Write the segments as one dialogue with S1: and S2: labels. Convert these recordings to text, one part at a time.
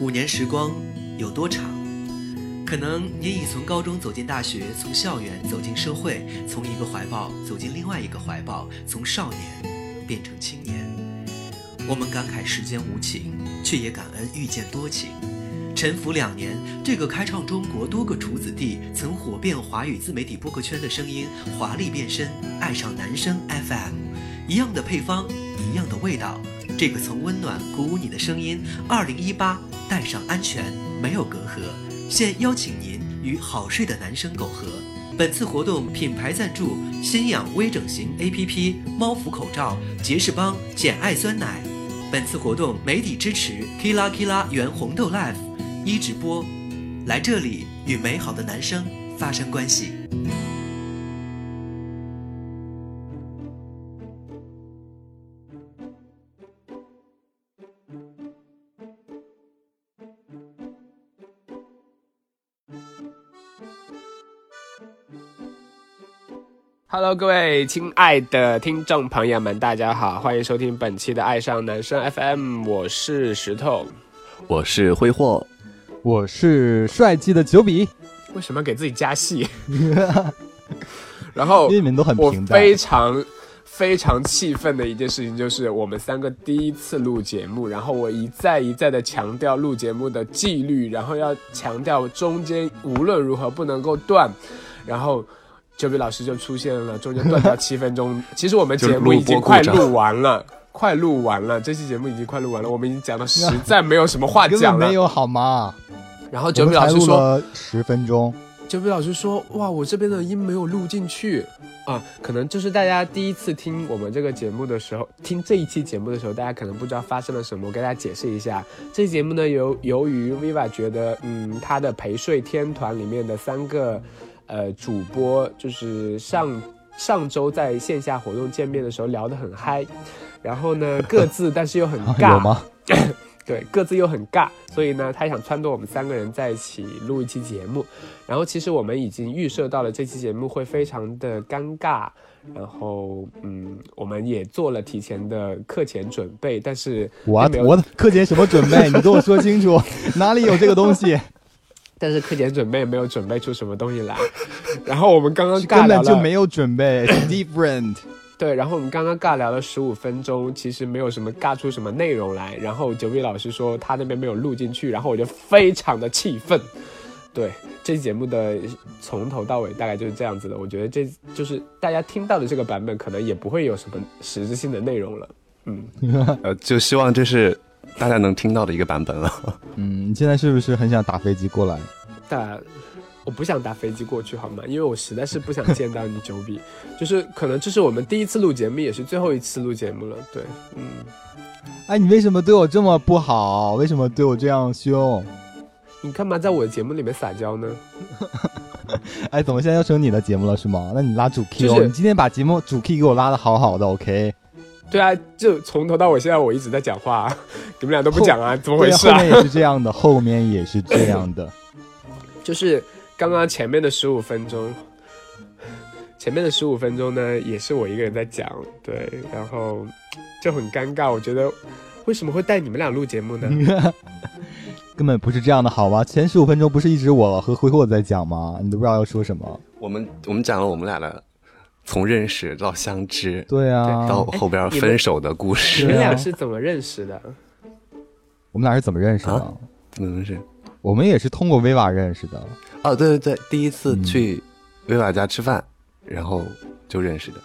S1: 五年时光有多长？可能你已从高中走进大学，从校园走进社会，从一个怀抱走进另外一个怀抱，从少年变成青年。我们感慨时间无情，却也感恩遇见多情。沉浮两年，这个开创中国多个处子地、曾火遍华语自媒体播客圈的声音，华丽变身，爱上男生 FM。一样的配方，一样的味道，这个曾温暖鼓舞你的声音，二零一八带上安全，没有隔阂。现邀请您与好睡的男生苟合。本次活动品牌赞助：新氧微整形 APP、猫服口罩、杰士邦、简爱酸奶。本次活动媒体支持 Kila Kila 原红豆 Life 一直播，来这里与美好的男生发生关系。
S2: Hello，各位亲爱的听众朋友们，大家好，欢迎收听本期的《爱上男生 FM》，我是石头。
S3: 我是挥霍，
S4: 我是帅气的九比，
S2: 为什么给自己加戏？ 然后
S4: 因为你们都很
S2: 哦我
S4: 平淡。
S2: 非常非常气愤的一件事情就是，我们三个第一次录节目，然后我一再一再的强调录节目的纪律，然后要强调中间无论如何不能够断，然后。九比老师就出现了，中间断掉七分钟。其实我们
S3: 就是
S2: 节目已
S3: 录播
S2: 经
S3: 故
S2: 快
S3: 障
S2: 录完了，快录完了，这期节目已经快录完了，我们已经讲到实在没有什么话
S4: 根本
S2: 讲了
S4: 没。有好吗？
S2: 然后
S4: 我
S2: 九比
S4: 们
S2: 老
S4: 才
S2: 师
S4: 录
S2: 说，
S4: 了十分钟，
S2: 九比老师说：“哇，我这边的音没有录进去啊，可能就是大家第一次听我们这个节目的时候，听这一期节目的时候，大家可能不知道发生了什么。我给大家解释一下，这期节目呢，由由于 Viva 觉得，嗯，他的陪睡天团里面的三个，呃，主播就是上上周在线下活动见面的时候聊得很嗨，然后呢，各自但是又很
S4: 啊
S2: 尬，
S4: 有吗？
S2: 对，各自又很尬，所以呢，他想撺掇我们三个人在一起录一期节目。然后其实我们已经预设到了这期节目会非常的尴尬，然后嗯，我们也做了提前的课前准备，但是
S4: 我
S2: 没有
S4: 我课前什么准备？你跟我说清 楚，哪里有这个东西？
S2: 但是课前准备没有准备出什么东西来。 然后我们刚刚 尬
S4: 根
S2: 聊
S4: 本
S2: 了，
S4: 就没有准备。It's Different，
S2: 对，然后我们刚刚尬聊了十五分钟，其实没有什么尬出什么内容来。然后九比老师说他那边没有录进去，然后我就非常的气愤。对，这期节目的从头到尾大概就是这样子的。我觉得这就是大家听到的这个版本，可能也不会有什么实质性的内容了。嗯，
S3: 呃，就希望这是大家能听到的一个版本了。
S4: 嗯，你现在是不是很想打飞机过来？
S2: 但我不想搭飞机过去好吗？因为我实在是不想见到你九比，就是可能这是我们第一次录节目，也是最后一次录节目了。对，嗯。
S4: 哎，你为什么对我这么不好？为什么对我这样凶？
S2: 你干嘛在我的节目里面撒娇呢？
S4: 哎，怎么现在又成你的节目了是吗？那你拉主 key 哦，
S2: 就是
S4: 你今天把节目主 key 给我拉的好好的，OK？
S2: 对啊，就从头到尾，现在我一直在讲话、啊， 你们俩都不讲啊，怎么回
S4: 对，
S2: 事
S4: 后
S2: 啊？
S4: 面也是这样的，后面也是这样的。
S2: 就是刚刚前面的十五分钟，前面的十五分钟呢，也是我一个人在讲，对，然后就很尴尬。我觉得为什么会带你们俩录节目
S4: 嗯
S2: 呢？
S4: 根本不是这样的，好吗？前十五分钟不是一直我和挥霍在讲吗？你都不知道要说什么。
S3: 我们我们讲了我们俩的从认识到相知，
S4: 对啊，
S3: 到后边分手的故
S2: 你
S3: 事。
S2: 们
S4: 对啊
S2: 俩是怎么认识的？
S4: 我们俩是怎么认识的？
S3: 啊怎么是？
S4: 我们也是通过 Viva 认识的。
S3: 哦，对对对，第一次去薇瓦家吃饭，然后就认识的。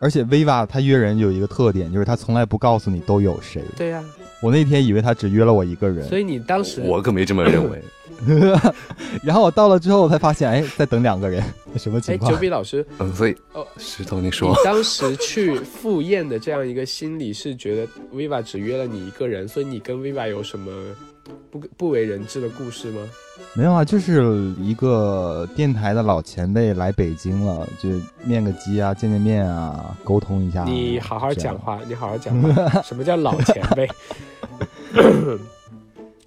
S4: 而且 Viva 他约人有一个特点，就是他从来不告诉你都有谁。
S2: 对呀、
S4: 我那天以为他只约了我一个人，
S2: 所以你当时哎
S3: 我可没这么认 为。
S4: 然后我到了之后才发现，哎，在等两 个人，什么
S2: 哎，
S4: 情况
S2: 九？比老师，
S3: 嗯，所以
S2: 哦
S3: 石头你
S2: 你
S3: 说，
S2: 当时去赴宴的这样一个心理是觉得 Viva 只约了你一个人，所以你跟 Viva 有什么不不为人知的故事吗？
S4: 没有啊，就是一个电台的老前辈来北京了，就面个基啊，见见面啊，沟通一下啊。
S2: 你好好
S4: 这样
S2: 讲话，你好好讲 话。什么叫老前 辈？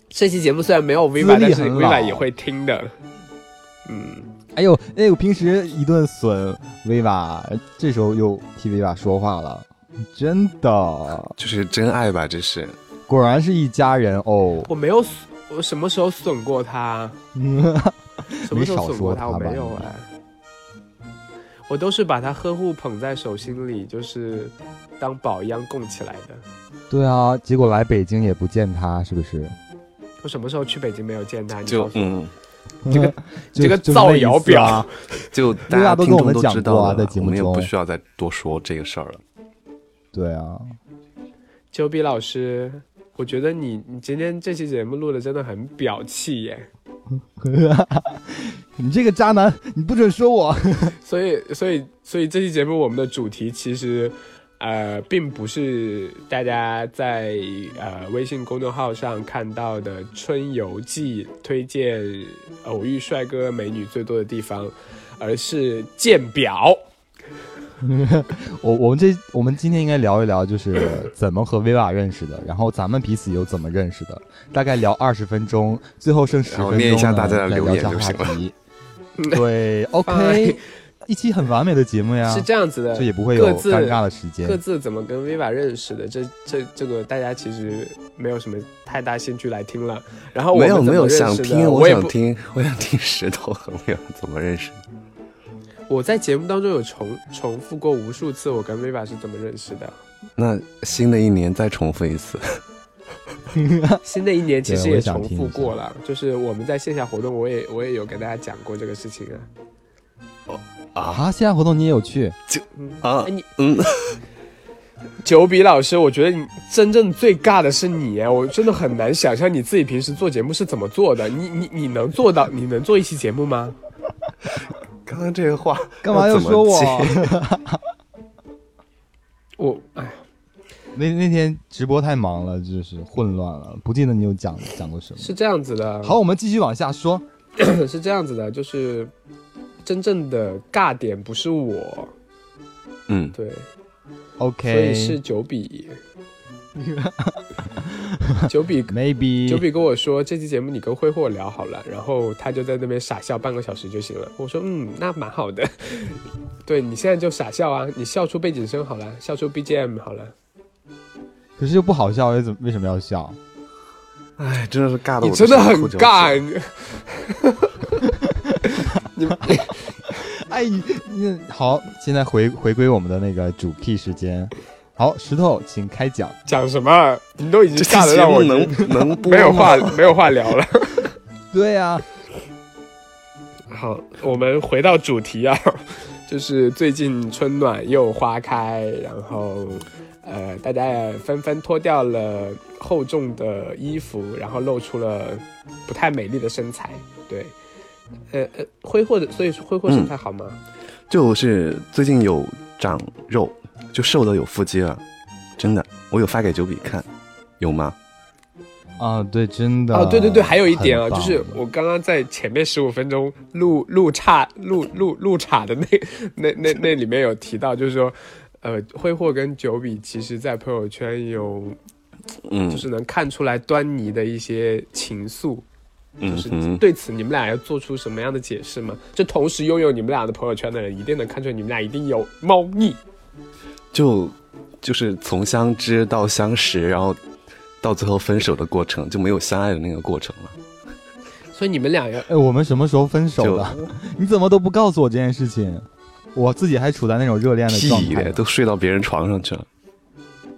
S2: 这期节目虽然没有 Viva，
S4: 资
S2: 但
S4: 历
S2: 是
S4: 很
S2: Viva
S4: 老
S2: 也会听的。嗯，
S4: 哎呦，哎呦，平时一顿损威瓦，这时候又替威瓦说话了，真的，
S3: 就是真爱吧，这是。
S4: 果然是一家人哦。
S2: 我没有，我什么时候损过他？
S4: 嗯，
S2: 什么时候
S4: 没少
S2: 损过
S4: 说
S2: 他？
S4: 他
S2: 我
S4: 吧
S2: 没有哎，我都是把他呵护捧在手心里，就是当宝一样供起来的。
S4: 对啊，结果来北京也不见他，是不是？
S2: 我什么时候去北京没有见他？你
S3: 就
S2: 告诉我
S3: 嗯，
S2: 这个
S4: 就
S2: 这个
S4: 就
S2: 造
S4: 那一
S2: 谣
S4: 次
S2: 表
S4: 啊
S3: 就大
S4: 薇娅
S3: 家
S4: 都
S3: 听
S4: 跟我
S3: 众
S4: 们
S3: 都
S4: 讲
S3: 知
S4: 过啊
S3: 道了
S4: 在，节
S3: 我
S4: 目
S3: 们也
S4: 中
S3: 不需要再多说这个事儿了。
S4: 对啊，
S2: 周笔老师，我觉得你你今天这期节目录的真的很表气耶，
S4: 你这个渣男，你不准说我。
S2: 所以所以所以这期节目我们的主题其实。呃，并不是大家在呃微信公众号上看到的春游记推荐偶遇帅哥美女最多的地方，而是鉴表。
S4: 我我们这我们今天应该聊一聊，就是怎么和薇瓦认识的，然后咱们彼此又怎么认识的，大概聊二十分钟，最后剩十分
S3: 然后
S4: 钟呢，
S3: 念一下大家的
S4: 再
S3: 留
S4: 聊
S3: 言
S4: 下
S3: 就
S4: 话
S3: 行 了
S4: 题。对
S2: 哎
S4: ，OK，一 期很完美的节目呀，
S2: 是这样子的，
S4: 啊这也不会有
S2: 各自
S4: 尴尬的时间
S2: 各。自怎么跟 Viva 认识的，这这这个大家其实没有什么太大兴趣来听了。然后我
S3: 没
S2: 们
S3: 有
S2: 怎么
S3: 没有，
S2: 认识
S3: 想
S2: 的
S3: 听，
S2: 我也
S3: 想
S2: 不，
S3: 听， 我想听石头和没有怎么认识。
S2: 我在节目当中有重重复过无数次我跟 Viva 是怎么认识的。
S3: 那新的一年再重复一次，
S2: 新的一年其实
S4: 对我
S2: 也
S4: 也想
S2: 重
S4: 听
S2: 复
S4: 一下
S2: 过了，就是我们在线下活动，我也我也有跟大家讲过这个事情啊。
S4: 啊，线下活动你也 有去？
S3: 啊
S2: 哎，你
S3: 嗯，
S2: 九比老师，我觉得你真正最尬的是你耶，我真的很难想象你自己平时做节目是怎么做的。你你你能做到？你能做一期节目吗？
S3: 刚刚这个话
S4: 干嘛
S3: 要
S4: 要
S3: 怎么
S4: 说我？
S3: 接
S2: 我哎。
S4: 那那天直播太忙了，就是混乱了，不记得你有讲讲过什么。
S2: 是这样子的，
S4: 好，我们继续往下说。
S2: 是这样子的，就是真正的尬点不是我，
S3: 嗯，
S2: 对
S4: OK，
S2: 所以是九 比，九比
S4: maybe
S2: 九比跟我说这期节目你跟挥霍聊好了，然后他就在那边傻笑半个小时就行了。我说嗯，那蛮好的， 对你现在就傻笑啊，你笑出背景声好了，笑出 BGM 好了。
S4: 可是又不好笑，为怎么为什么要笑？
S3: 哎，真的是尬的，
S2: 你真的很尬，。你
S4: 哎，那好，现在回回归我们的那个主 key 时间。好，石头，请开讲。
S2: 讲什么？你都已经
S3: 这期
S2: 尬的
S3: 节
S2: 让
S3: 目
S2: 我
S3: 能能 播
S2: 没有
S3: 吗？
S2: 话没有话聊了。
S4: 对呀、
S2: 啊好，我们回到主题啊， 就是最近春暖又花开，然后呃，大家也纷纷脱掉了厚重的衣服，然后露出了不太美丽的身材。对，呃呃，挥霍的，所以说挥霍身材好吗？
S3: 就是最近有长肉，就瘦的有腹肌了，真的，我有发给九比看，有吗？
S4: 啊，对，真的。
S2: 哦，对对对，还有一点啊，
S4: 很
S2: 就
S4: 棒
S2: 是我刚刚在前面十五分钟录录岔录录录岔的那 那那那里面有提到，就是说，呃，挥霍跟九比其实在朋友圈有
S3: 嗯
S2: 就是能看出来端倪的一些情愫，就
S3: 嗯
S2: 是
S3: 嗯，
S2: 对此你们俩要做出什么样的解释吗？就同时拥有你们俩的朋友圈的人，一定能看出你们俩一定有猫腻。
S3: 就就是从相知到相识，然后到最后分手的过程，就没有相爱的那个过程了。
S2: 所以你们俩要，
S4: 哎，我们什么时候分手的？ 你怎么都不告诉我这件事情？我自己还处在那种热恋的状
S3: 屁的，
S4: 态。
S3: 都睡到别人床上去了。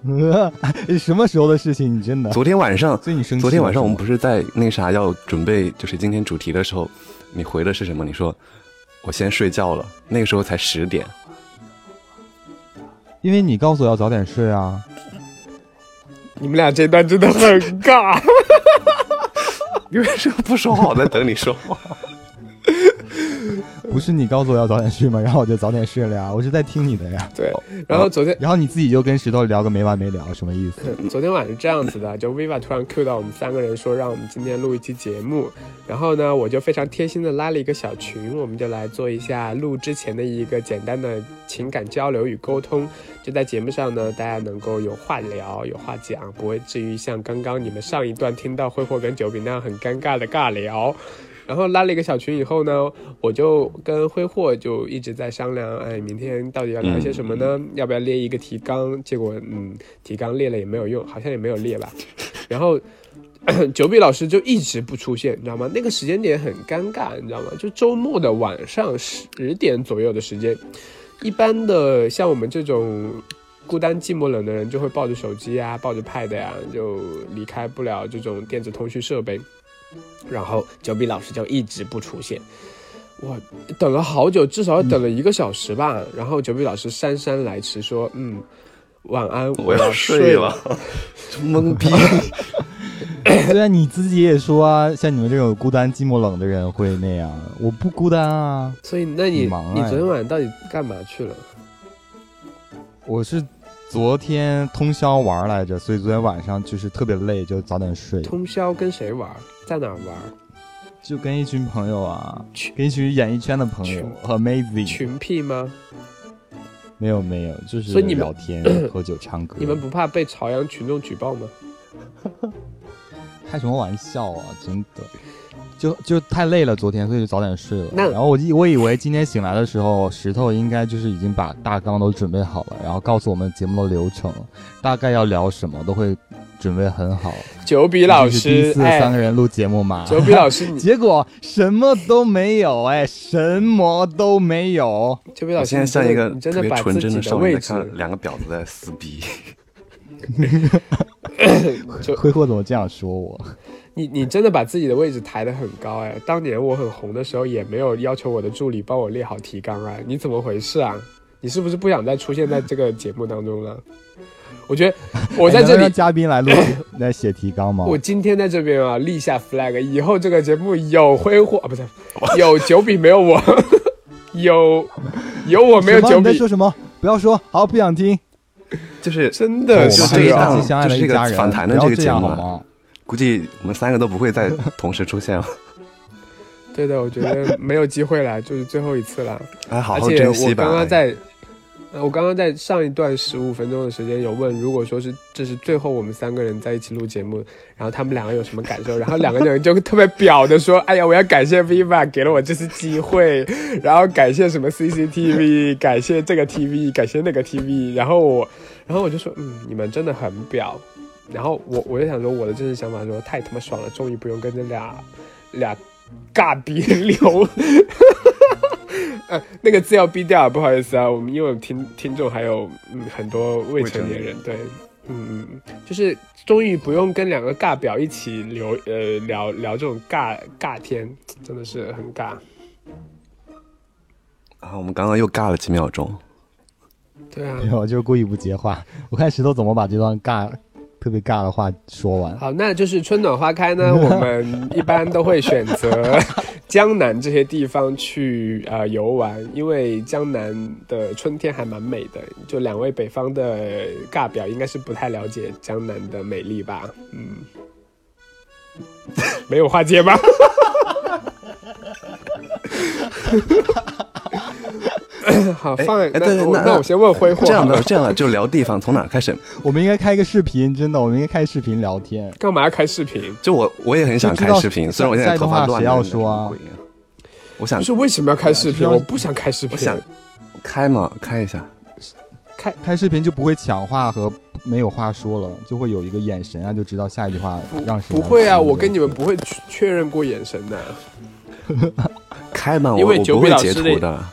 S4: 什么时候的事情？你真的？
S3: 昨天 晚上，
S4: 所以你生气了？
S3: 昨天晚上我们
S4: 是
S3: 不是在那啥要准备，就是今天主题的时候，你回的是什么？你说我先睡觉了，那个时候才十点。
S4: 吗因为你告诉我要早点睡啊。
S2: 你们俩这段真的很尬。
S3: 因为这不说话，我在等你说话。
S4: 不是你告诉我要早点睡吗？然后我就早点睡了呀。我是在听你的呀。
S2: 对，然后昨天。
S4: 然后你自己就跟石头聊个没完没了，什么意思？
S3: 嗯
S2: 昨天晚上是这样子的，就 Viva 突然 Q 到我们三个人说，让我们今天录一期节目。然后呢，我就非常贴心的拉了一个小群，我们就来做一下录之前的一个简单的情感交流与沟通。就在节目上呢，大家能够有话聊，有话讲，不会至于像刚刚你们上一段听到挥霍跟九饼那样很尴尬的尬聊。 然后拉了一个小群以后呢，我就跟挥霍就一直在商量，哎，明天到底要聊些什么呢？要不要列一 个提纲？结果，嗯，提纲列了也没有用，好像也没有列吧。然后 九比老师就一直不出现，你知道吗？那个时间点很尴尬，你知道吗？就周末的晚上十点左右的时间，一般的像我们这种孤单寂寞冷的人，就会抱着手机啊，抱着 pad 呀、就离开不了这种电子通讯设备。然后九比老师就一直不出现，我等了好久，至少等了一个小时吧。然后九比老师姗姗来迟说：“嗯，晚安，
S3: 我
S2: 要
S3: 要
S2: 睡
S3: 睡了。，懵逼。
S4: 对啊，你自己也说啊，像你们这种孤单、寂寞、冷的人会那样，我不孤单啊，
S2: 所以，那你
S4: 很忙
S2: 你
S4: 哎
S2: 昨天晚上到底干嘛去了？
S4: 我是。昨天通宵玩来着，所以昨天晚上就是特别累，就早点睡，
S2: 通宵跟谁玩？在哪儿玩？
S4: 就跟一群朋友啊
S2: 群，
S4: 跟一群演艺圈的朋友
S2: 群
S4: ，amazing，
S3: 嗯
S2: 群 P 吗？
S4: 没有没有，就是
S2: 所以你们
S4: 聊 天、喝酒、唱
S3: 嗯
S4: 歌，
S2: 你们不怕被朝阳群众举报吗？
S4: 开什么玩笑啊！真的，就就太累了，昨天所以就早点睡了。
S2: 那
S4: 然后我以我以为今天醒来的时候，石头应该就是已经把大纲都准备好了，然后告诉我们节目的流程，大概要聊什么都会准备很好。
S2: 九比老
S4: 这是第一
S2: 师，
S4: 次三
S2: 哎，
S4: 个人录节目嘛，
S2: 九比老师，你
S4: 结果什么都没有，哎，什么都没有。
S2: 九比老
S3: 我
S2: 师，你
S3: 现在像
S2: 真
S3: 一
S2: 的
S3: 个
S2: 你真
S3: 特
S2: 的
S3: 别
S2: 把
S3: 纯
S2: 自
S3: 真
S2: 己
S3: 的少
S2: 位
S3: 年，在
S2: 置，
S3: 看两个婊子在撕逼。
S2: 就
S4: 挥霍怎么这样说我？
S2: 你你真的把自己的位置抬得很高哎。当年我很红的时候，也没有要求我的助理帮我列好提纲啊，你怎么回事啊？你是不是不想再出现在这个节目当中了？我觉得我在
S4: 哎
S2: 这
S4: 能
S2: 里
S4: 让嘉宾来录 来写提纲吗？
S2: 我今天在这边啊立下 flag，以后这个节目有挥霍啊，不是有九比没有我， 有有我没有
S4: 什么
S2: 九
S4: 你在
S2: 比，
S4: 说什么？不要说，好，不想听。
S3: 就 是
S2: 真
S4: 哦我
S2: 的
S4: 们
S2: 是
S4: 还
S2: 这
S4: 是
S3: 这
S2: 样。
S3: 样
S2: 啊
S4: 相亲相爱的
S3: 就是这个
S4: 家人，
S3: 反弹的
S4: 不
S3: 这
S4: 要
S3: 个
S4: 这样
S3: 节目啊
S4: 好吗？
S3: 估计我们三个都不会再同时出现了，
S2: 对的，我觉得没有机会了，就是最后一次了。
S3: 哎，好
S2: 而
S3: 好
S2: 且
S3: 珍惜
S2: 我
S3: 吧。哎
S2: 刚刚在，呃我刚刚在上一段十五分钟的时间有问，如果说是这是最后我们三个人在一起录节目，然后他们两个有什么感受？然后两个人就特别表的说：“哎呀，我要感谢 Viva 给了我这次机会，然后感谢什么 CCTV，感谢这个 TV，感谢那个 TV。”然后我，然后我就说：“嗯，你们真的很表。”然后我我就想说，我的真实想法说太他妈爽了，终于不用跟这俩俩尬逼 聊那个字要逼掉，不好意思啊，我们因为我们听听众还有嗯很多未成年人，对，嗯，嗯嗯就是终于不用跟两个尬表一起聊呃聊聊这种尬尬天，真的是很尬。
S3: 啊，我们刚刚又尬了几秒钟，
S2: 对啊
S4: 没，有，就是故意不接话。我看石头怎么把这段尬、特别尬的话说完。
S2: 好，那就是春暖花开 呢，我们一般都会选择 江南这些地方去呃游玩，因为江南的春天还蛮美的。就两位北方的尬表应该是不太了解江南的美丽吧？嗯， 没有话接吧？ 好，
S3: 哎
S2: 放
S3: 哎
S2: 那
S3: 对
S2: 我
S3: 那哎
S2: 那我先问挥霍
S3: 这样
S2: 好
S3: 的
S2: 了
S3: 这样的就聊地方，从哪儿开始？
S4: 我们应该开个视频，真的，我们应该开视频聊天。
S2: 干嘛要开视频？
S3: 就我我也很想开视频，
S4: 就知
S3: 虽
S4: 道
S3: 然我现在头发乱
S4: 下一段话谁要说啊
S3: 了，我想
S2: 不是为什么要开视
S4: 是
S2: 频？
S4: 要
S2: 我不想开视频。
S3: 我想开嘛，开一下。
S4: 开视频就不会抢话和没有话说了，就会有一个眼神啊，就知道下一句话让谁
S2: 不
S4: 来
S2: 会啊，
S4: 接
S2: 我跟你们不会确确认过眼神的。
S3: 开嘛，
S2: 因
S3: 我
S2: 为
S3: 我
S2: 九
S3: 不
S2: 比
S3: 会
S2: 老师
S3: 截
S2: 的
S3: 图的，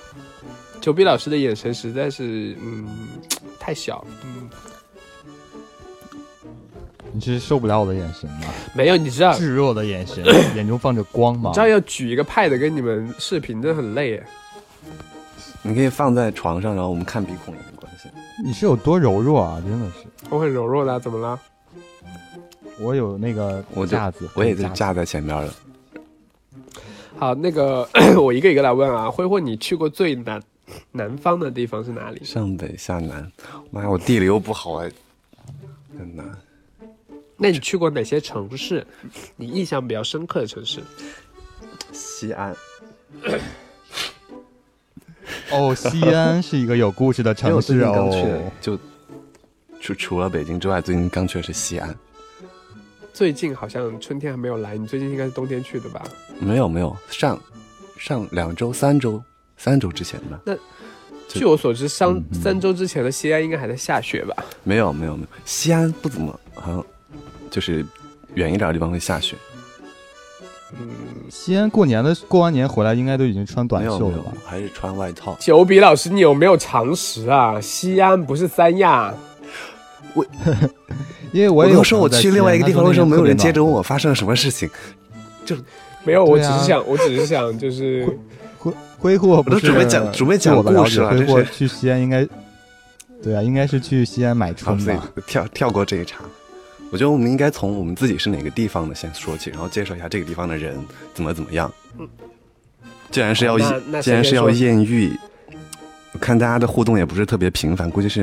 S2: 九比老师的眼神实在是，嗯，太小。嗯，
S4: 你是受不了我的眼神吗？
S2: 没有，你知
S3: 啊
S2: 道，你
S4: 炙热的眼神， 眼中放着光芒
S2: 知。道要举一个 pad 跟你们视频，真的很累耶。
S3: 你可以放在床上，然后我们看鼻孔也没关系。
S4: 你是有多柔弱啊？真的是，
S2: 我很柔弱的啊，怎么了？
S4: 我有那个
S3: 我就
S4: 架子，
S3: 我也是
S4: 架子。
S3: 架在前面了。
S2: 好，那个 我一个一个来问啊。挥霍，你去过最南南方的地方是哪里？
S3: 上北下南，妈呀，我地理又不好哎，真的。
S2: 那你去过哪些城市？你印象比较深刻的城市？
S3: 西安，
S4: 哦，西安是一个有故 事的
S3: 因为我
S4: 城
S3: 最
S4: 市
S3: 近
S4: 哦
S3: 刚去，。就除除了北京之外，最近刚去的是西安。
S2: 最近好像春天还没有来，你最近应该是冬天去的吧？
S3: 没有没有，上上两周、三周、三周之前吧。就
S2: 据我所知，三三周之前的西安应该还在下雪吧？
S3: 没有没有没有，西安不怎么好像就是远一点的地方会下雪。
S4: 西安过年的过完年回来，应该都已经穿短
S3: 没有
S4: 袖
S3: 没
S4: 了
S3: 有
S4: 吧？
S3: 还是穿外套。
S2: 九比老师，你有没有常识啊？西安不是三亚，
S4: 因为我
S3: 我
S4: 也有
S3: 都说我
S4: 朋友在
S3: 去
S4: 西
S3: 另外一个
S4: 安
S3: 地方，为什么没有人接？
S4: 他说那边特别
S3: 着
S4: 冷
S3: 我？发生了什么 事情？
S2: 没有，我只
S4: 对啊
S2: 是想，我只是想，就是
S4: 挥挥霍不
S3: 我都
S4: 是
S3: 准备 讲准备
S4: 据
S3: 讲
S4: 我的了
S3: 故事
S4: 解，
S3: 了
S4: 挥
S3: 真
S4: 霍
S3: 是
S4: 去西安应该，对啊，应该是去西安买
S3: 好，
S4: 春
S3: 所以
S4: 吧。
S3: 跳跳过这一茬。我觉得我们应该从我们自己是哪个地方的先说起，然后介绍一下这个地方的人怎么怎么样。既然是要
S2: 那那
S3: 既
S2: 谁先
S3: 然是要
S2: 说
S3: 艳遇，我看大家的互动也不是特别频繁，估计是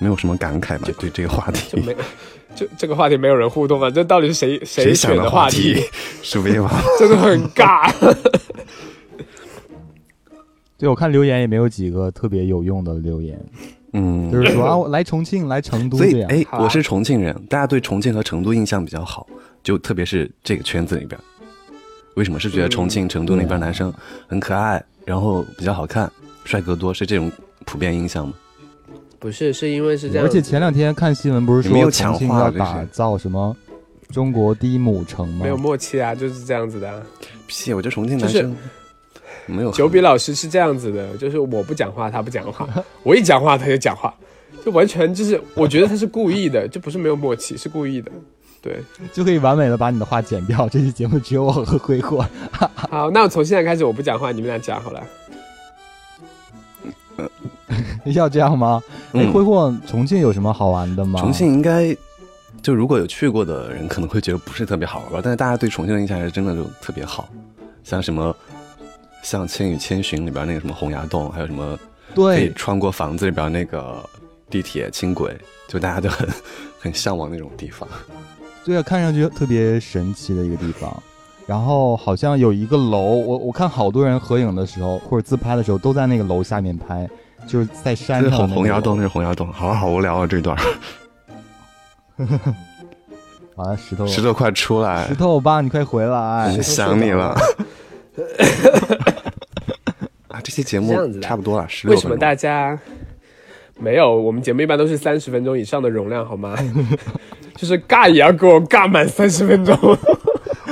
S3: 没有什么感慨吧？对这个话
S2: 就
S3: 题，
S2: 没，就这个话题没有人互动啊，这到底是 谁 选
S3: 谁想的
S2: 话
S3: 题？是威 娃？
S2: 真的很 尬。
S4: 对，我看留言也没有几个特别有用的 留言，
S3: 嗯，
S4: 就是说啊，我来重庆，来成都
S3: 所
S4: 这
S3: 以
S4: 样。
S3: 哎，
S2: 好啊
S3: 我是重庆人，大家对重庆和成都印象比较好，就特别是这个圈子里边，为什么是觉得重庆、成都那边男生很可爱，然后比较好看，帅哥多，是这种普遍印象吗？
S2: 不是，是因为是这样，
S4: 而且前两天看新闻不是
S3: 你没
S4: 说
S3: 有强
S4: 重庆
S3: 化
S4: 要
S3: 这是
S4: 打造什么中国第一母城吗
S2: 没？有默契啊，就是这样子的啊、
S3: 屁，我觉得重庆男生没有
S2: 九比老师是这样子的，就是我不讲话，他不讲话，我一讲话他就讲话，就完全就是，我觉得他是故意的，就不是没有默契，是故意的。对，
S4: 就可以完美的把你的话剪掉。这期节目只有我和挥霍。
S2: 好，那我从现在开始我不讲话，你们俩讲好了。
S4: 要这样吗？哎，
S3: 嗯
S4: 挥霍，重庆有什么好玩的吗？
S3: 重庆应该就如果有去过的人可能会觉得不是特别好玩吧，但是大家对重庆的印象还是真的就特别好，像什么像《千与千寻》里边那个什么洪崖洞，还有什么可以
S4: 对，
S3: 穿过房子里边那个地铁轻轨，就大家都很 很向往那种地方。
S4: 对啊，看上去特别神奇的一个地方。然后好像有一个楼，我我看好多人合影的时候或者自拍的时候都在那个楼下面拍，就是在山
S3: 这是
S4: 上
S3: 洪
S4: 的那个
S3: 洪崖
S4: 楼
S3: 洞，那是洪崖洞，好好无聊啊！这一段
S2: 哦
S4: 完了石头
S3: 石头快出来
S4: 石，头吧，你快回
S2: 哎
S4: 来！
S3: 嗯想你了。 啊，这期节目
S2: 这样子的
S3: 差不多了，十
S2: 为
S3: 六
S2: 什么
S3: 分
S2: 大
S3: 钟。
S2: 家没有？我们节目一般都是三十分钟以上的容量，好吗？ 就是尬也要给我尬满三十分钟。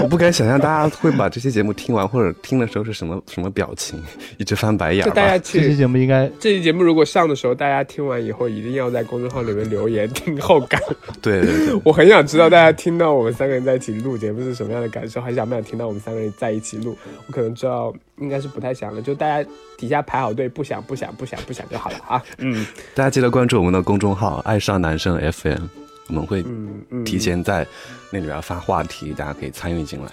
S3: 我不敢想象大家会把这期节目听完，或者听的时候是什么什么表情， 一直翻白眼
S2: 就
S3: 儿
S2: 大家
S3: 吧。
S4: 这期
S2: 去
S4: 节目应该
S2: 这期节目如果上的时候，大家听完以后一定要在公众号里面留言听后感。
S3: 对对对，
S2: 我很想知道大家听到我们三个人在一起录节目是什么样的感受，还想不想听到我们三个人在一起录？我可能知道应该是不太想了，就大家底下排好队，不想不想不想不想就好了啊。嗯
S3: 大家记得关注我们的公众号“爱上男生 FM”，我们会
S2: 嗯嗯，
S3: 提前在那里边发话题，大家可以参与进来。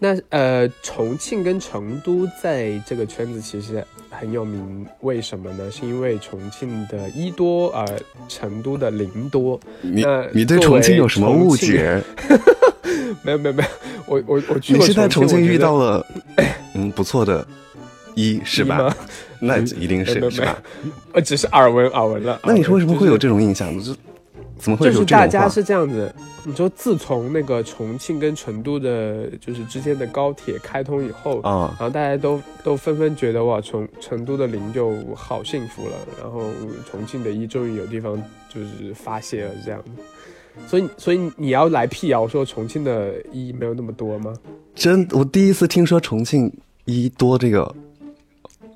S2: 那呃，重庆跟成都在这个圈子其实很有名，为什么呢？是因为重庆的一多，呃，成都的零多。
S3: 你
S2: 那
S3: 你对
S2: 作为
S3: 重庆有什么误解？
S2: 没有没有没有，我我我去
S3: 你
S2: 过
S3: 是在重
S2: 庆
S3: 庆
S2: 我觉
S3: 遇
S2: 得哎
S3: 到了嗯不错的一是
S2: 一
S3: 吧
S2: 吗？ 嗯
S3: 那一定
S2: 没
S3: 是
S2: 没
S3: 是吧？
S2: 呃，只是耳闻耳闻了。
S3: 那你说为什么会有
S2: 这？
S3: 这种印象？就怎么会
S2: 就
S3: 有
S2: 是
S3: 这
S2: 大
S3: 种
S2: 家
S3: 话？
S2: 是这样子，你说自从那个重庆跟成都的，就是之间的高铁开通以后，
S3: 啊
S2: 然，后大家都都纷纷觉得哇，成成都的零就好幸福了，然后重庆的一终于有地方就是发泄了这样。所以，所以你要来辟谣说重庆的一没有那么多吗？
S3: 真我第一次听说重庆一多这个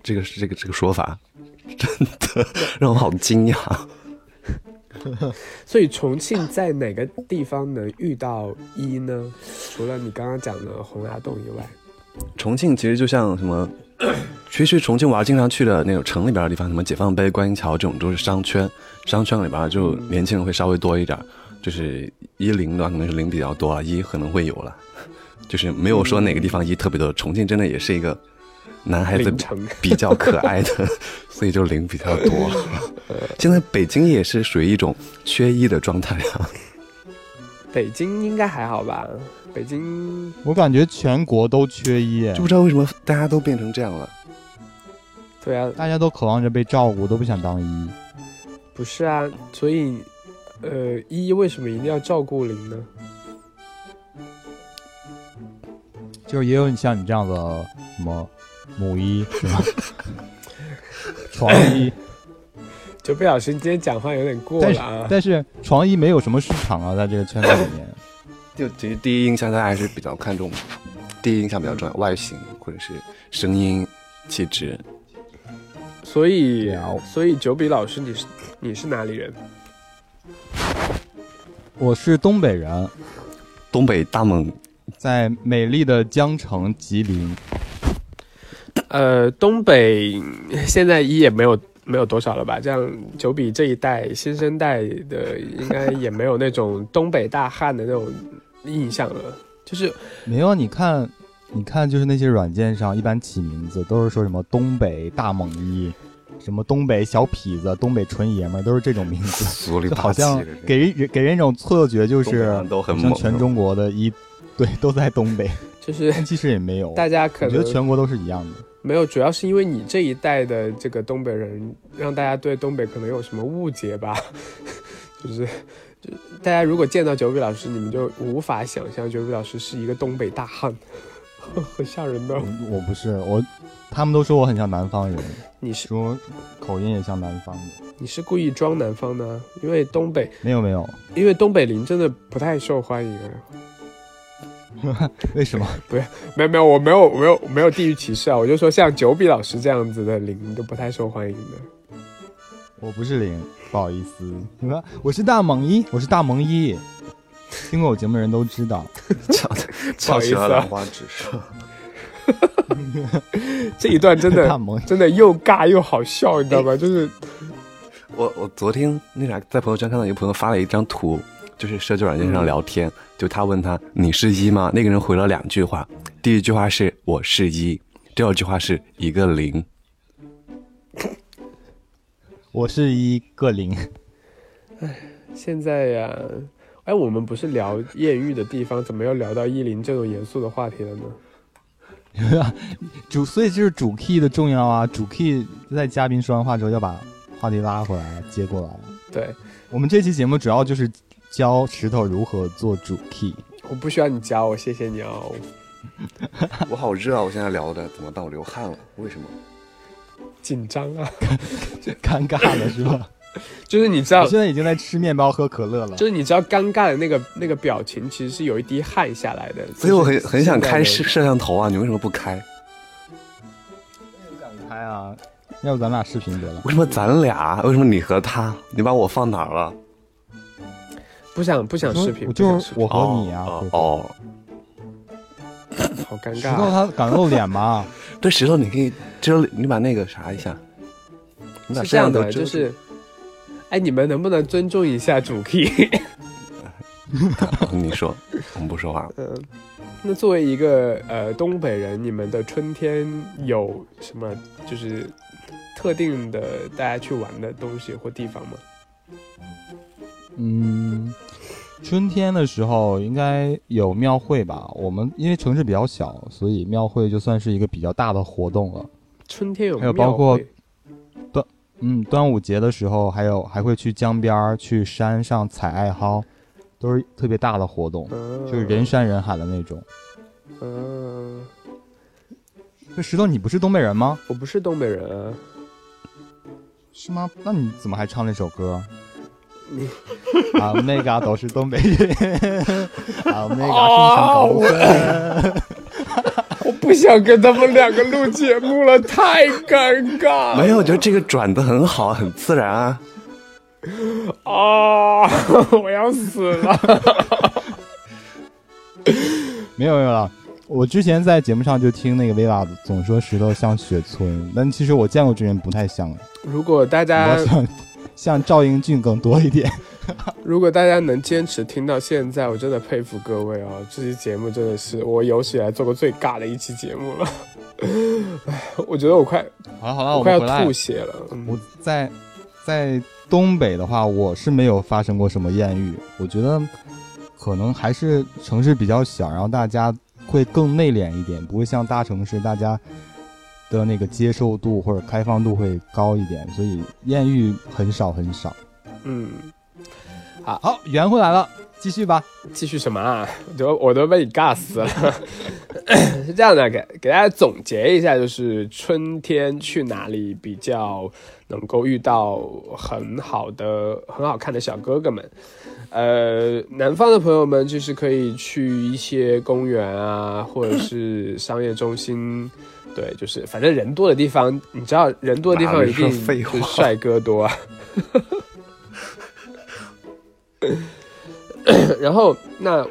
S3: 这个这个这个说法，真的 让我好惊讶。
S2: 所以重庆在哪个地方能遇到一呢？除了你刚刚讲的洪崖洞以外，
S3: 重庆其实就像什么，其实重庆玩经常去的那种城里边的地方，什么解放碑、观音桥这种都是商圈，商圈里边就年轻人会稍微多一点儿，就是一零的话可能是零比较多啊，一可能会有了，就是没有说哪个地方一特别多。重庆真的也是一个男孩子
S2: 零城，
S3: 比较可爱的， 所以就零比较 多。现在北京也是属于一种缺一的状态啊，
S2: 北京应该还好吧？北京
S4: 我感觉全国都缺一，
S3: 就不知道为什么大家都变成这样了。
S2: 对啊，
S4: 大家都渴望着被照顾，都不想当一。
S2: 不是啊，所以，呃，一为什么一定要照顾零呢？
S4: 就是也有你像你这样的什么母一是吧？ 床一，
S2: 九贝老师，你今天讲话有点过
S4: 但
S2: 了
S4: 是
S2: 啊！
S4: 但是床一没有什么市场啊，在这个圈子里面，
S3: 就其实第一印象大家还是比较看重，第一印象比较重要，外形或者是声音、气质。
S2: 所以
S4: 了，
S2: 所以九比老师，你是你是哪里人？
S4: 我是东北人，
S3: 东北大猛
S4: 在美丽的江城吉林。
S2: 呃，东北现在一也没有没有多少了吧？这样九比这一代新生代的，应该也没有那种东北大汉的那种印象了。就是
S4: 没有，你看，你看，就是那些软件上一般起名字都是说什么东北大猛一，什么东北小痞子、东北纯爷们儿，都是这种名 字。
S3: 俗里
S4: 就
S3: 霸
S4: 好
S3: 气的
S4: 像
S3: 人，
S4: 给人给人一种错觉，就
S3: 东北
S4: 是
S3: 人都很
S4: 好
S3: 猛
S4: 像，全中国的一对都在东北，
S2: 就是
S4: 但其实也没有。
S2: 大
S4: 我
S2: 家可
S4: 觉得
S2: 能
S4: 全国都是一样的。
S2: 没有，主要是因为你这一代的这个东北人，让大家对东北可能有什么误解吧， 就是。就大家如果见到九比老师，你们就无法想象九比老师是一个东北大汉， 很吓人的。
S4: 我不是我，他们都说我很像南方人，
S2: 你是
S4: 说口音也像南方的。
S2: 你是故意装南方的啊，因为东北
S4: 没有没有，
S2: 因为东北林真的不太受欢迎啊。
S4: 为什么？
S2: 没有没有，我没有我没有我没有地域歧视啊，我就说像九比老师这样子的林都不太受欢迎的。
S4: 我不是零，不好意思。你们，我是大猛一，我是大萌一。听过我节目的人都知道，
S3: 翘
S2: 不好
S3: 翘
S2: 意
S3: 起
S2: 思啊
S3: 了兰花指是吧
S2: 这一段 真
S4: 大
S2: 的
S4: 萌
S2: 真的又尬又好笑，你知道吗？就是
S3: 我我昨天那啥在朋友圈看到一个朋友发了一张图，就是社交软件上聊天，就他问他你是一吗？那个人回了两句话，第一句话是我是一，第二句话是一个零。
S4: 我是一个零。
S2: 现在呀、哎，我们不是聊艳遇的地方，怎么又聊到依林这种严肃的话题了呢？
S4: 主，所以就是主 key 的重要啊。主 key 在嘉宾说完话之后要把话题拉回来，接过来。
S2: 对，
S4: 我们这期节目主要就是教石头如何做主 key。
S2: 我不需要你教我，谢谢你哦。
S3: 我好热啊！我现在聊的怎么到流汗了？为什么？
S2: 紧张啊，
S4: 尴尬了是吧？
S2: 就是你知道
S4: 我，现在已经在吃面包喝可乐了
S2: 就。是你知道尴尬的那个那个表情，其实是有一滴汗下来的。
S3: 所以我很
S2: 就是
S3: 很想开摄
S2: 现在
S3: 摄像头啊！你为什么不开？
S4: 想开啊，要不咱俩视频得了？
S3: 为什么咱俩？为什么你和他？你把我放哪儿了？
S2: 的不想不想
S4: 我说
S2: 视频，
S4: 我
S2: 不想
S4: 就
S2: 视
S4: 是
S2: 频
S4: 我和你啊。
S3: 哦
S4: 会
S3: 哦，
S2: 好尴
S4: 石
S2: 尬
S4: 头
S2: 啊。
S4: 他敢露脸吗？
S3: 对，石头，你可以遮，你把那个啥一下，你把
S2: 是这
S3: 摄像
S2: 样
S3: 头
S2: 的，
S3: 遮
S2: 就
S3: 住
S2: 是，哎，你们能不能尊重一下主 key？
S3: 哦你说，我们不说话。
S2: 嗯，那作为一个呃东北人，你们的春天有什么就是特定的大家去玩的东西或地方吗？
S4: 嗯，春天的时候应该有庙会吧？我们因为城市比较小，所以庙会就算是一个比较大的活动了。
S2: 春天有
S4: 还有
S2: 庙
S4: 包括
S2: 会
S4: 嗯，端午节的时候，还有还会去江边儿、去山上采艾蒿，都是特别大的活动，
S2: 嗯，
S4: 就是人山人海的那种。
S2: 嗯，
S4: 这石头，你不是东北人吗？
S2: 我不是东北人啊，
S4: 是吗？那你怎么还唱那首歌？
S2: 你
S4: 啊，那个都是东北人， 啊，那个是上高
S2: 我不想跟他们两个录节目了，太尴尬
S3: 没有，我觉得这个转的很好，很自然啊。
S2: 啊！ 我要死了。
S4: 没有没有了。我之前在节目上就听那个 Viva 总说石头像雪村，但其实我见过真人不太像，
S2: 如果大家
S4: 我像像赵英俊更多一点。
S2: 如果大家能坚持听到现在，我真的佩服各位哦！这期节目真的是我有史以来做过最尬的一期节目了， 唉我觉得我快、
S4: 好了好了，
S2: 我
S4: 我
S2: 快
S4: 们回
S2: 要
S4: 来
S2: 吐。血了。嗯
S4: 我在在东北的话，我是没有发生过什么艳遇，我觉得可能还是城市比较小，然后大家会更内敛一点，不会像大城市大家的那个接受度或者开放度会高一点，所以艳遇很少很少。
S2: 嗯，
S4: 好，圆回来了，继续吧。
S2: 继续什么啊？我都我都被你尬死了。 是这样的，给给大家总结一下，就是春天去哪里比较能够遇到很好的、很好看的小哥哥们。呃，南方的朋友们就是可以去一些公园啊，或者是商业中心，对，就是反正人多的地方，你知道人多的地
S3: 哪
S2: 方
S3: 里
S2: 一定
S3: 是废话
S2: 是帅哥多啊。然后那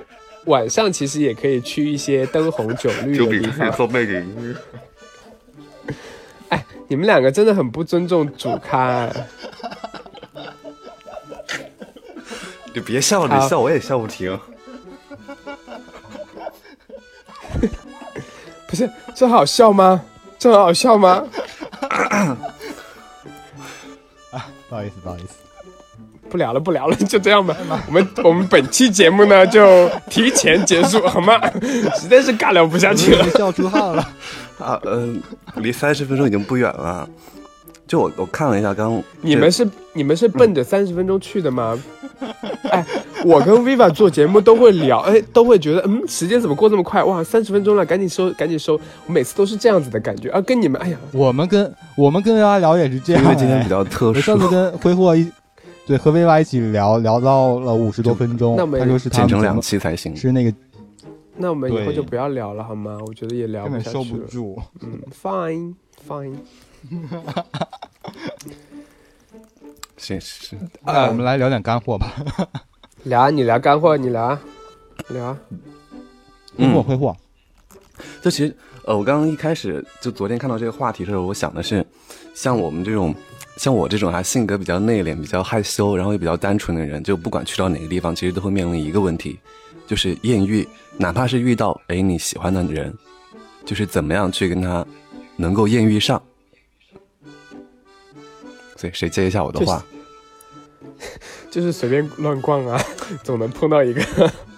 S2: 晚上其实也可以去一些灯红酒绿
S5: 就
S2: 的
S5: 比
S2: 地
S5: 自己
S2: 方。
S5: 做背景音乐。
S2: 哎，你们两个真的很不尊重主咖、 哎
S3: 就别笑
S2: 好
S3: 了，你笑我也笑不停。
S2: 不是这好笑吗？这很好笑吗？
S4: 不好意思，不好意思，
S2: 不聊了，不聊了， 就这样吧。我们我们本期节目呢就提前结束，好吗？ 实在是尬聊不下去了。
S4: 笑出汗了。
S3: 啊，嗯、离三十分钟已经不远了。就我我看了一下刚，
S2: 你们是你们是奔着三十分钟去的吗？哎，我跟 Viva 做节目都会聊，哎，都会觉得，嗯，时间怎么过这么快？哇，三十分钟了，赶紧收，赶紧收。我每次都是这样子的感觉啊，跟你们，哎呀，
S4: 我们跟我们跟薇娃聊也是这
S3: 这
S4: 样、
S3: 因为今天
S4: 哎
S3: 比较特
S4: 我上
S3: 殊，
S4: 次跟挥霍一，对，和薇娃一起聊聊到了五十多分钟
S2: 那我，们
S4: 他说是他
S3: 剪
S4: 们
S3: 成两
S4: 节
S3: 期才行
S4: 目，。是那个
S2: 那我们以后
S4: 对
S2: 就不要聊了好吗？我觉得也聊
S4: 根
S2: 不
S4: 本
S2: 下
S4: 受
S2: 去
S4: 不
S2: 了。
S4: 住。
S2: 嗯，fine fine。
S3: 是是，
S4: 那我们来聊点干货吧，
S2: 聊啊，你聊干货，你聊啊，聊啊。
S4: 挥霍
S3: 嗯，
S4: 挥霍，
S3: 就其实呃，我刚刚一开始就昨天看到这个话题的时候，我想的是，像我们这种，像我这种啊，性格比较内敛、比较害羞，然后也比较单纯的人，就不管去到哪个地方，其实都会面临一个问题，就是艳遇，哪怕是遇到哎你喜欢的人，就是怎么样去跟他能够艳遇上。所以谁接一下我的话？
S2: 就是随便乱逛啊， 总能碰到一个。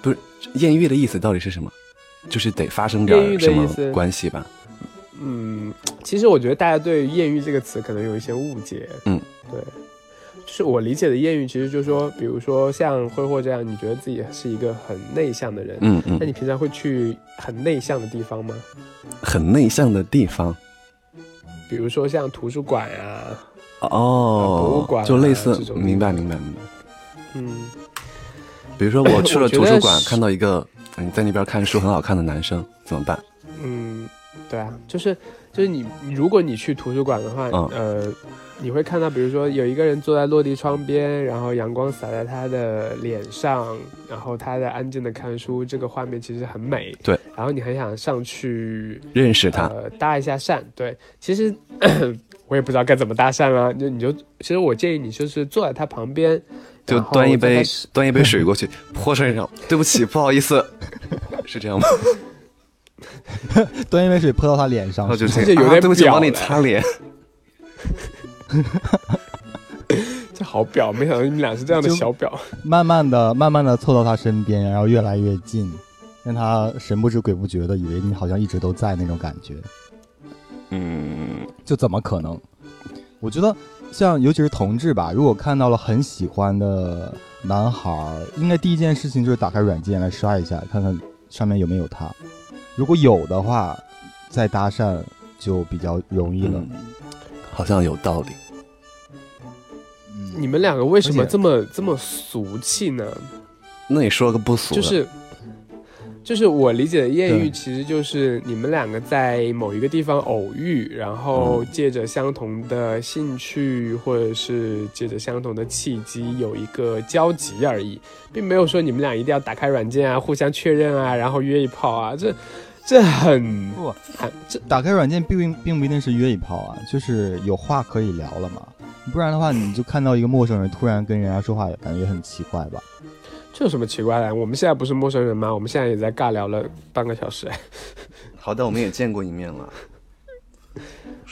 S3: 不是艳遇的意思到底是什么？就是得发生
S2: 艳遇的
S3: 点什么
S2: 意思
S3: 关系吧？
S2: 嗯，其实我觉得大家对“艳遇”这个词可能有一些误解。
S3: 嗯，
S2: 对，就是我理解的艳遇，其实就是说，比如说像挥霍这样，你觉得自己是一个很内向的人，
S3: 嗯嗯
S2: 那，你平常会去很内向的地方吗？
S3: 很内向的地方
S2: 比如说像图书馆啊，
S3: 哦，
S2: 博物馆啊
S3: 就类似
S2: 这，种地方
S3: 明白明白明白。
S2: 嗯，
S3: 比如说 我去了
S2: 我觉得
S3: 图书馆，
S2: 是
S3: 看到一个嗯在那边看书很好看的男生，怎么办？
S2: 嗯，对啊，就是就是你，你如果你去图书馆的话，
S3: 嗯
S2: 呃，你会看到，比如说有一个人坐在落地窗边，然后阳光洒在他的脸上，然后他在安静的看书，这个画面其实很美。
S3: 对，
S2: 然后你很想上去
S3: 认识他，
S2: 呃搭一下讪。对，其实 我也不知道该怎么搭讪了、就你就其实我建议你就是坐在他旁边，
S3: 就
S2: 然后
S3: 端一
S2: 在他
S3: 杯端一杯 水过去，泼身上。对不起，不好意思，是这样
S2: 啊
S3: 吗？
S4: 端一杯水泼到他脸上
S3: 然后，就这
S2: 这有
S3: 样，啊
S2: 点
S3: 对不起，
S2: 表
S3: 我帮你
S2: 了
S3: 擦脸。
S2: 这好表，没想到你们俩是这样的
S4: 就
S2: 小表。
S4: 慢慢的、慢慢的凑到他身边，然后越来越近，让他神不知鬼不觉的，以为你好像一直都在那种感觉。
S3: 嗯，
S4: 就怎么可能？我觉得像尤其是同志吧，如果看到了很喜欢的男孩儿，应该第一件事情就是打开软件来刷一下，看看上面有没有他。如果有的话，再搭讪就比较容
S2: 嗯
S4: 易了。
S3: 嗯好像有道理。
S4: 嗯
S2: 你们两个为什么
S4: 而且
S2: 这么这么俗气呢？
S3: 那你说个不俗
S2: 就
S3: 的，
S2: 是就是我理解的艳遇，
S4: 对
S2: 其实就是你们两个在某一个地方偶遇，然后借着相同的兴趣或者是借着相同的契机有一个交集而已，并没有说你们俩一定要打开软件啊，互相确认啊，然后约一炮啊，这这很
S4: 不
S2: 很这
S4: 打开软件并并不一定是约一炮啊，就是有话可以聊了嘛。不然的话，你就看到一个陌生人突然跟人家说话，感觉很奇怪吧？
S2: 这有什么奇怪的？我们现在不是陌生人吗？我们现在也在尬聊了半个小时。哎
S3: 好歹我们也见过一面了。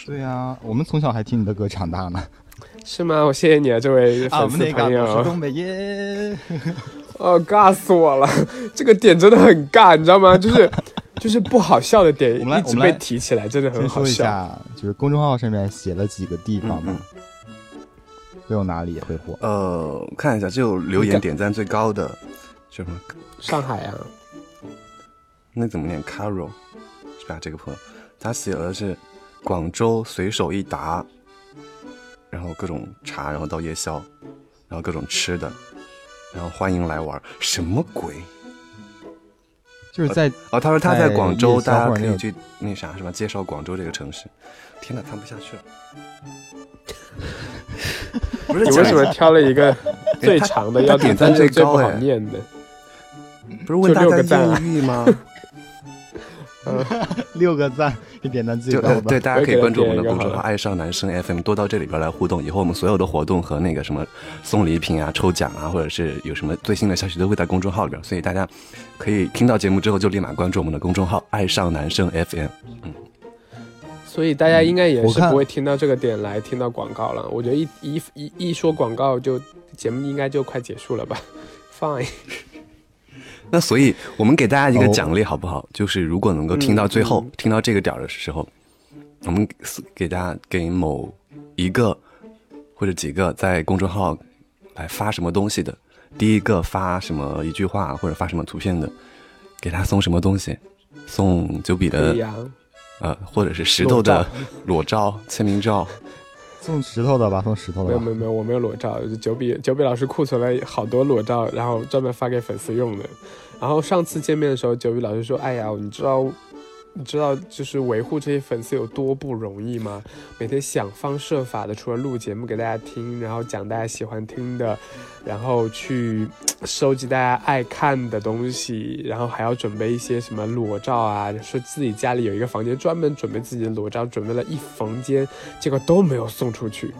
S4: 对呀、我们从小还听你的歌长大呢。
S2: 是吗？我谢谢你啊，这位
S4: 啊，我
S2: 粉丝
S4: 们那
S2: 朋友。
S4: 个是东北耶。
S2: 哦，尬死我了！ 这个点真的很尬，你知道 吗？就是就是不好笑的点
S4: 我们来
S2: 一
S4: 我
S2: 直
S4: 们来
S2: 被提起来，真的很
S4: 先
S2: 好
S4: 说一
S2: 笑。嗯
S4: 下，就是公众号上面写了几个地方
S3: 嗯
S4: 嘛，都有哪里会火？
S3: 呃，我看一下，就留
S2: 你看
S3: 言点赞最高的什么？
S2: 上海 啊，
S3: 那怎么念？Caro 是吧？这个朋友，他写的是广州随手一答，然后后各种茶，然后到夜宵，然后各种吃的，然后欢迎来玩儿，什么鬼？
S4: 就是 在
S3: 哦，他说他在
S4: 在
S3: 广州，
S4: 夜宵
S3: 大家
S4: 或者
S3: 可
S4: 那
S3: 以
S4: 个
S3: 去那啥是吧？介绍广州这个城市。天哪，看不下去了。不是
S2: 你
S3: 讲
S2: 为什么挑了一个最
S3: 他
S2: 长
S4: 哎
S2: 的
S3: 他
S2: 要
S3: 点赞
S2: 但是
S3: 最
S2: 最
S3: 高
S2: 不好
S3: 哎
S2: 念的？
S3: 不是问
S2: 就六
S3: 大
S2: 个赞
S3: 家
S2: 啊
S3: 艳遇吗？
S4: 六个赞，这点赞最
S3: 就
S4: 高
S3: 呃对，
S4: 的。
S3: 大家可以关注我们的公
S2: 我也给他点一
S3: 众
S2: 个好
S3: 号“爱上男生 FM”，多到这里边来互动。以后我们所有的活动和那个什么送礼品啊、抽奖啊，或者是有什么最新的消息都会在公众号里边，所以大家可以听到节目之后就立马关注我们的公众号“爱上男生 FM”。
S2: 所以大家应该也
S4: 嗯我
S2: 是
S4: 看
S2: 不会听到这个点来听到广告了。我觉得一一一一说广告就节目应该就快结束了吧？Fine，
S3: 那所以我们给大家一个
S4: 哦嗯
S3: 奖励好不好？就是如果能够听到最后，听到这个点儿的时候，我们给给大家给某一个或者几个在公众号来发什么东西的，第一个发什么一句话或者发什么图片的，给他送什么东西，送九笔
S2: 可
S3: 的
S2: 以啊，
S3: 呃，或者是石头的裸照、签名 照，
S4: 送石头的吧，送石头
S2: 没有
S4: 的
S2: 没
S4: 吧。
S2: 有没有，我没有裸照，就是九比九比老师库存了好多裸照，然后专门发给粉丝用的。然后上次见面的时候，九比老师说：“哎呀，你知道。”你知道就是维护这些粉丝有多不容易吗？每天想方设法的，除了录节目给大家听，然后讲大家喜欢听的，然后去嘖收集大家爱看的东西，然后还要准备一些什么裸照啊，说自己家里有一个房间专门准备自己的裸照，准备了一房间，结果都没有送出去。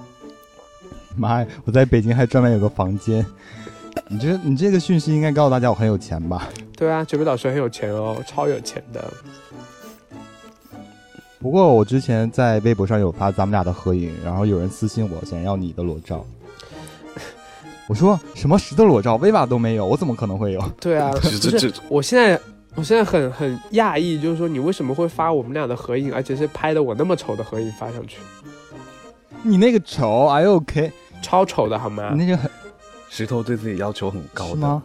S4: 妈呀，我在北京还专门有个房间。 你这你这个讯息应该告诉大家我很有钱吧？
S2: 对啊，九比老师很有钱哦，超有钱的。
S4: 不过我之前在微博上有发咱们俩的合影，然后有人私信我想要你的裸 照。我说什么石头裸照，威瓦都没有，我怎么可能会有？
S2: 对啊，
S3: 这
S2: 不
S3: 这
S2: 是
S3: 这
S2: 我现在我现在很很讶异，就是说你为什么会发我们俩的合影，而且是拍的我那么丑的合影发上去，
S4: 你那个丑，I OK，
S2: 超丑的好吗
S4: 你？那个很
S3: 石头对自己要求很高
S4: 是
S3: 的
S4: 吗。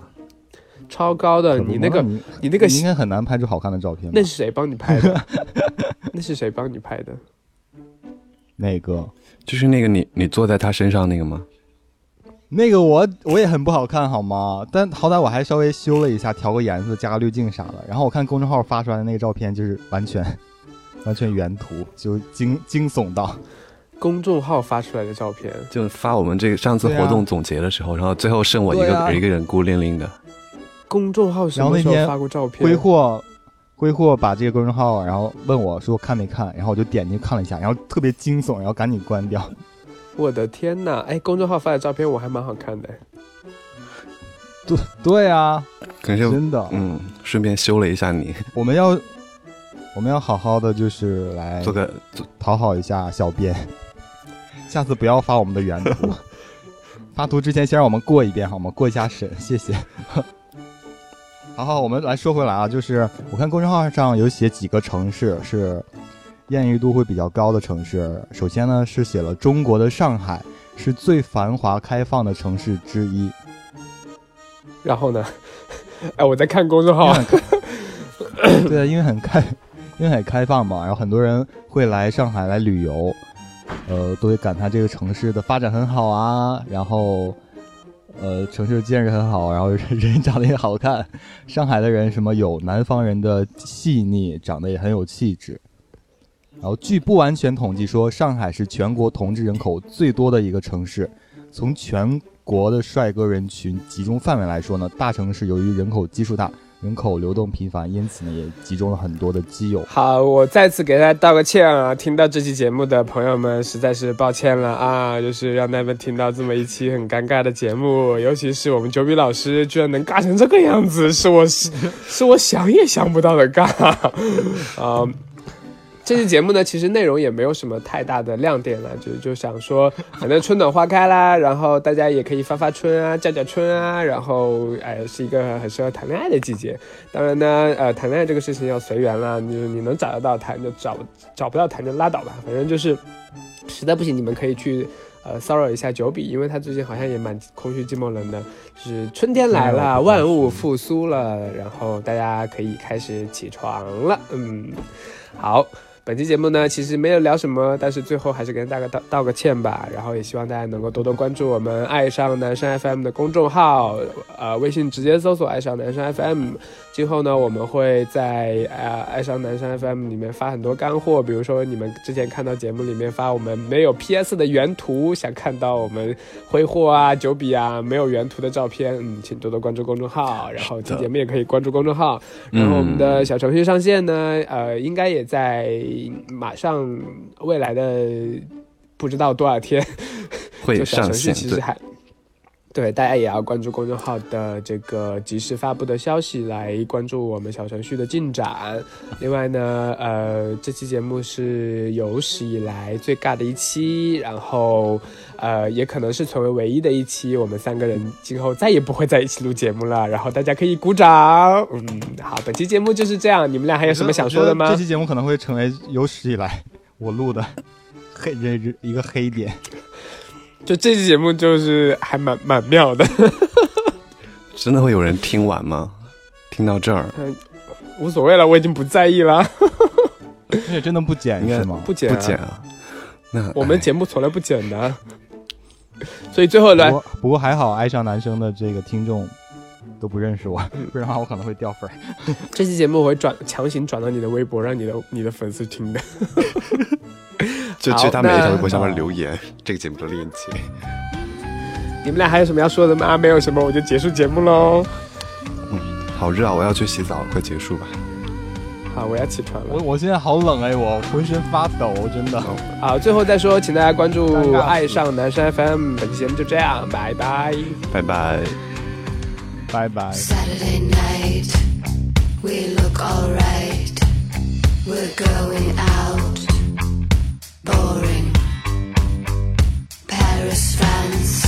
S2: 超高的，
S4: 可不
S2: 呃你那个
S4: 嘛你
S2: 你那个
S4: 你应该很难拍出好看的照片吧。
S2: 那是谁帮你拍的？ 那是谁帮你拍的？
S4: 那个
S3: 就是那个你你坐在他身上那个吗？
S4: 那个我我也很不好看好吗？但好歹我还稍微修了一下，调个颜色，加个滤镜啥的。然后我看公众号发出来的那个照片，就是完全完全原图，就惊惊悚到。
S2: 公众号发出来的照片，
S3: 就发我们这个上次
S2: 啊
S3: 活动总结的时候，然后最后剩我一
S4: 对
S3: 个、
S4: 啊
S3: 一个人孤零零的。
S2: 公众号什
S4: 然后
S2: 么
S4: 那
S2: 时候
S4: 天
S2: 发过照片？
S4: 挥霍，挥霍把这个公众号，然后问我说看没看，然后我就点进去看了一下，然后特别惊悚，然后赶紧关掉。
S2: 我的天呐！哎，公众号发的照片我还蛮好看的。
S4: 对对啊，
S3: 可能是
S4: 真的，
S3: 嗯，顺便修了一下你，
S4: 我们要我们要好好的就是来
S3: 做个做
S4: 讨好一下小编， 下次不要发我们的原图， 发图之前先让我们过一遍好吗？过一下审，谢 谢。好好，我们来说回来啊，就是我看公众号上有写几个城市是艳遇度会比较高的城市。首先呢是写了中国的上海是最繁华开放的城市之一，
S2: 然后呢？ 哎，我在看公众
S4: 因为
S2: 号，
S4: 很开对，啊因为很开， 因为很开放嘛，然后很多人会来上海来旅游，呃，都会感叹这个城市的发展很好啊，然后，呃，城市的建设很好，然后人 人长得也好看，上海的人什么有南方人的细腻，长得也很有气质。然后据不完全统计说，上海是全国同志人口最多的一个城市，从全国的帅哥人群集中范围来说呢，大城市由于人口基数大，人口流动频繁，因此呢也集中了很多的基友。
S2: 好，我再次给大家道个歉啊！听到这期节目的朋友们，实在是抱歉了啊！就是让他们听到这么一期很尴尬的节目，尤其是我们九比老师居然能尬成这个样子，是我是是我想也想不到的尬 啊、这期节目呢，其实内容也没有什么太大的亮点了，就就想说，反正春暖花开啦，然后大家也可以发发春啊，叫叫春啊，然后哎，是一个很适合谈恋爱的季节。当然呢，呃，谈恋爱这个事情要随缘啦，你你能找得到谈就找，找不到谈就拉倒吧，反正就是，实在不行你们可以去。呃，骚扰一下九比，因为他最近好像也蛮空虚寂寞冷的，就是春天来了，万物复苏了，然后大家可以开始起床了，嗯，好，本期节目呢，其实没有聊什么，但是最后还是跟大家道道个歉吧。然后也希望大家能够多多关注我们“爱上男生 FM” 的公众号，呃，微信直接搜索“爱上男生 FM”。今后呢，我们会在呃“爱上男生 FM” 里面发很多干货，比如说你们之前看到节目里面发我们没有 PS 的原图，想看到我们挥霍啊、九笔啊没有原图的照片，嗯，请多多关注公众号。然后听节目也可以关注公众号。然后我们的小程序上线呢，呃，应该也在马上未来的不知道多少天，
S3: 会
S2: 就小
S3: 上
S2: 程序
S3: 线，
S2: 其
S3: 对
S2: 实还对，大家也要关注公众号的这个及时发布的消息，来关注我们小程序的进展。另外呢，呃，这期节目是有史以来最尬的一期，然后呃，也可能是成为唯一的一期，我们三个人今后再也不会在一起录节目了。然后大家可以鼓掌。嗯，好，本期节目就是这样。你们俩还有什么想说的
S4: 我觉
S2: 吗
S4: 得这？期节目可能会成为有史以来我录的黑这这一个 黑点。
S2: 就这期节目就是还蛮蛮妙的。
S3: 真的会有人听完吗？听到这儿
S2: 无所谓了，我已经不在意了，
S4: 而且真的不剪
S3: 应该
S4: 是吗？
S2: 不剪、
S3: 不
S2: 啊，
S3: 剪啊？ 那
S2: 我们
S3: 哎
S2: 节目从来不剪的。 所以最后来
S4: 不，过不过还好，爱上男生的这个听众都不认识我，
S2: 嗯
S4: 不然的话我可能会掉粉儿。
S2: 这期节目我会转强行转到你的微博，让你的你的粉丝听的。
S3: 哎就
S2: 好
S3: 去他每一条
S2: 那
S3: 微博下面留言这个节目的链接。
S2: 你们俩还有什么要说的吗？没有什么，我就结束节目喽。
S3: 好热啊！我要去洗澡了，快结束吧。
S2: 好，我要起床
S4: 我
S2: 了。
S4: 我现在好冷哎，我浑身发抖，真的。
S2: 好，最后再说，请大家嗯关注啊
S4: 尴尬
S2: 《
S4: 死
S2: 爱上男生 FM》，本期节目就这样，拜拜。
S3: 拜拜。
S4: 拜拜。
S5: Saturday night, we look alright. We're going out. Boring. Paris, France.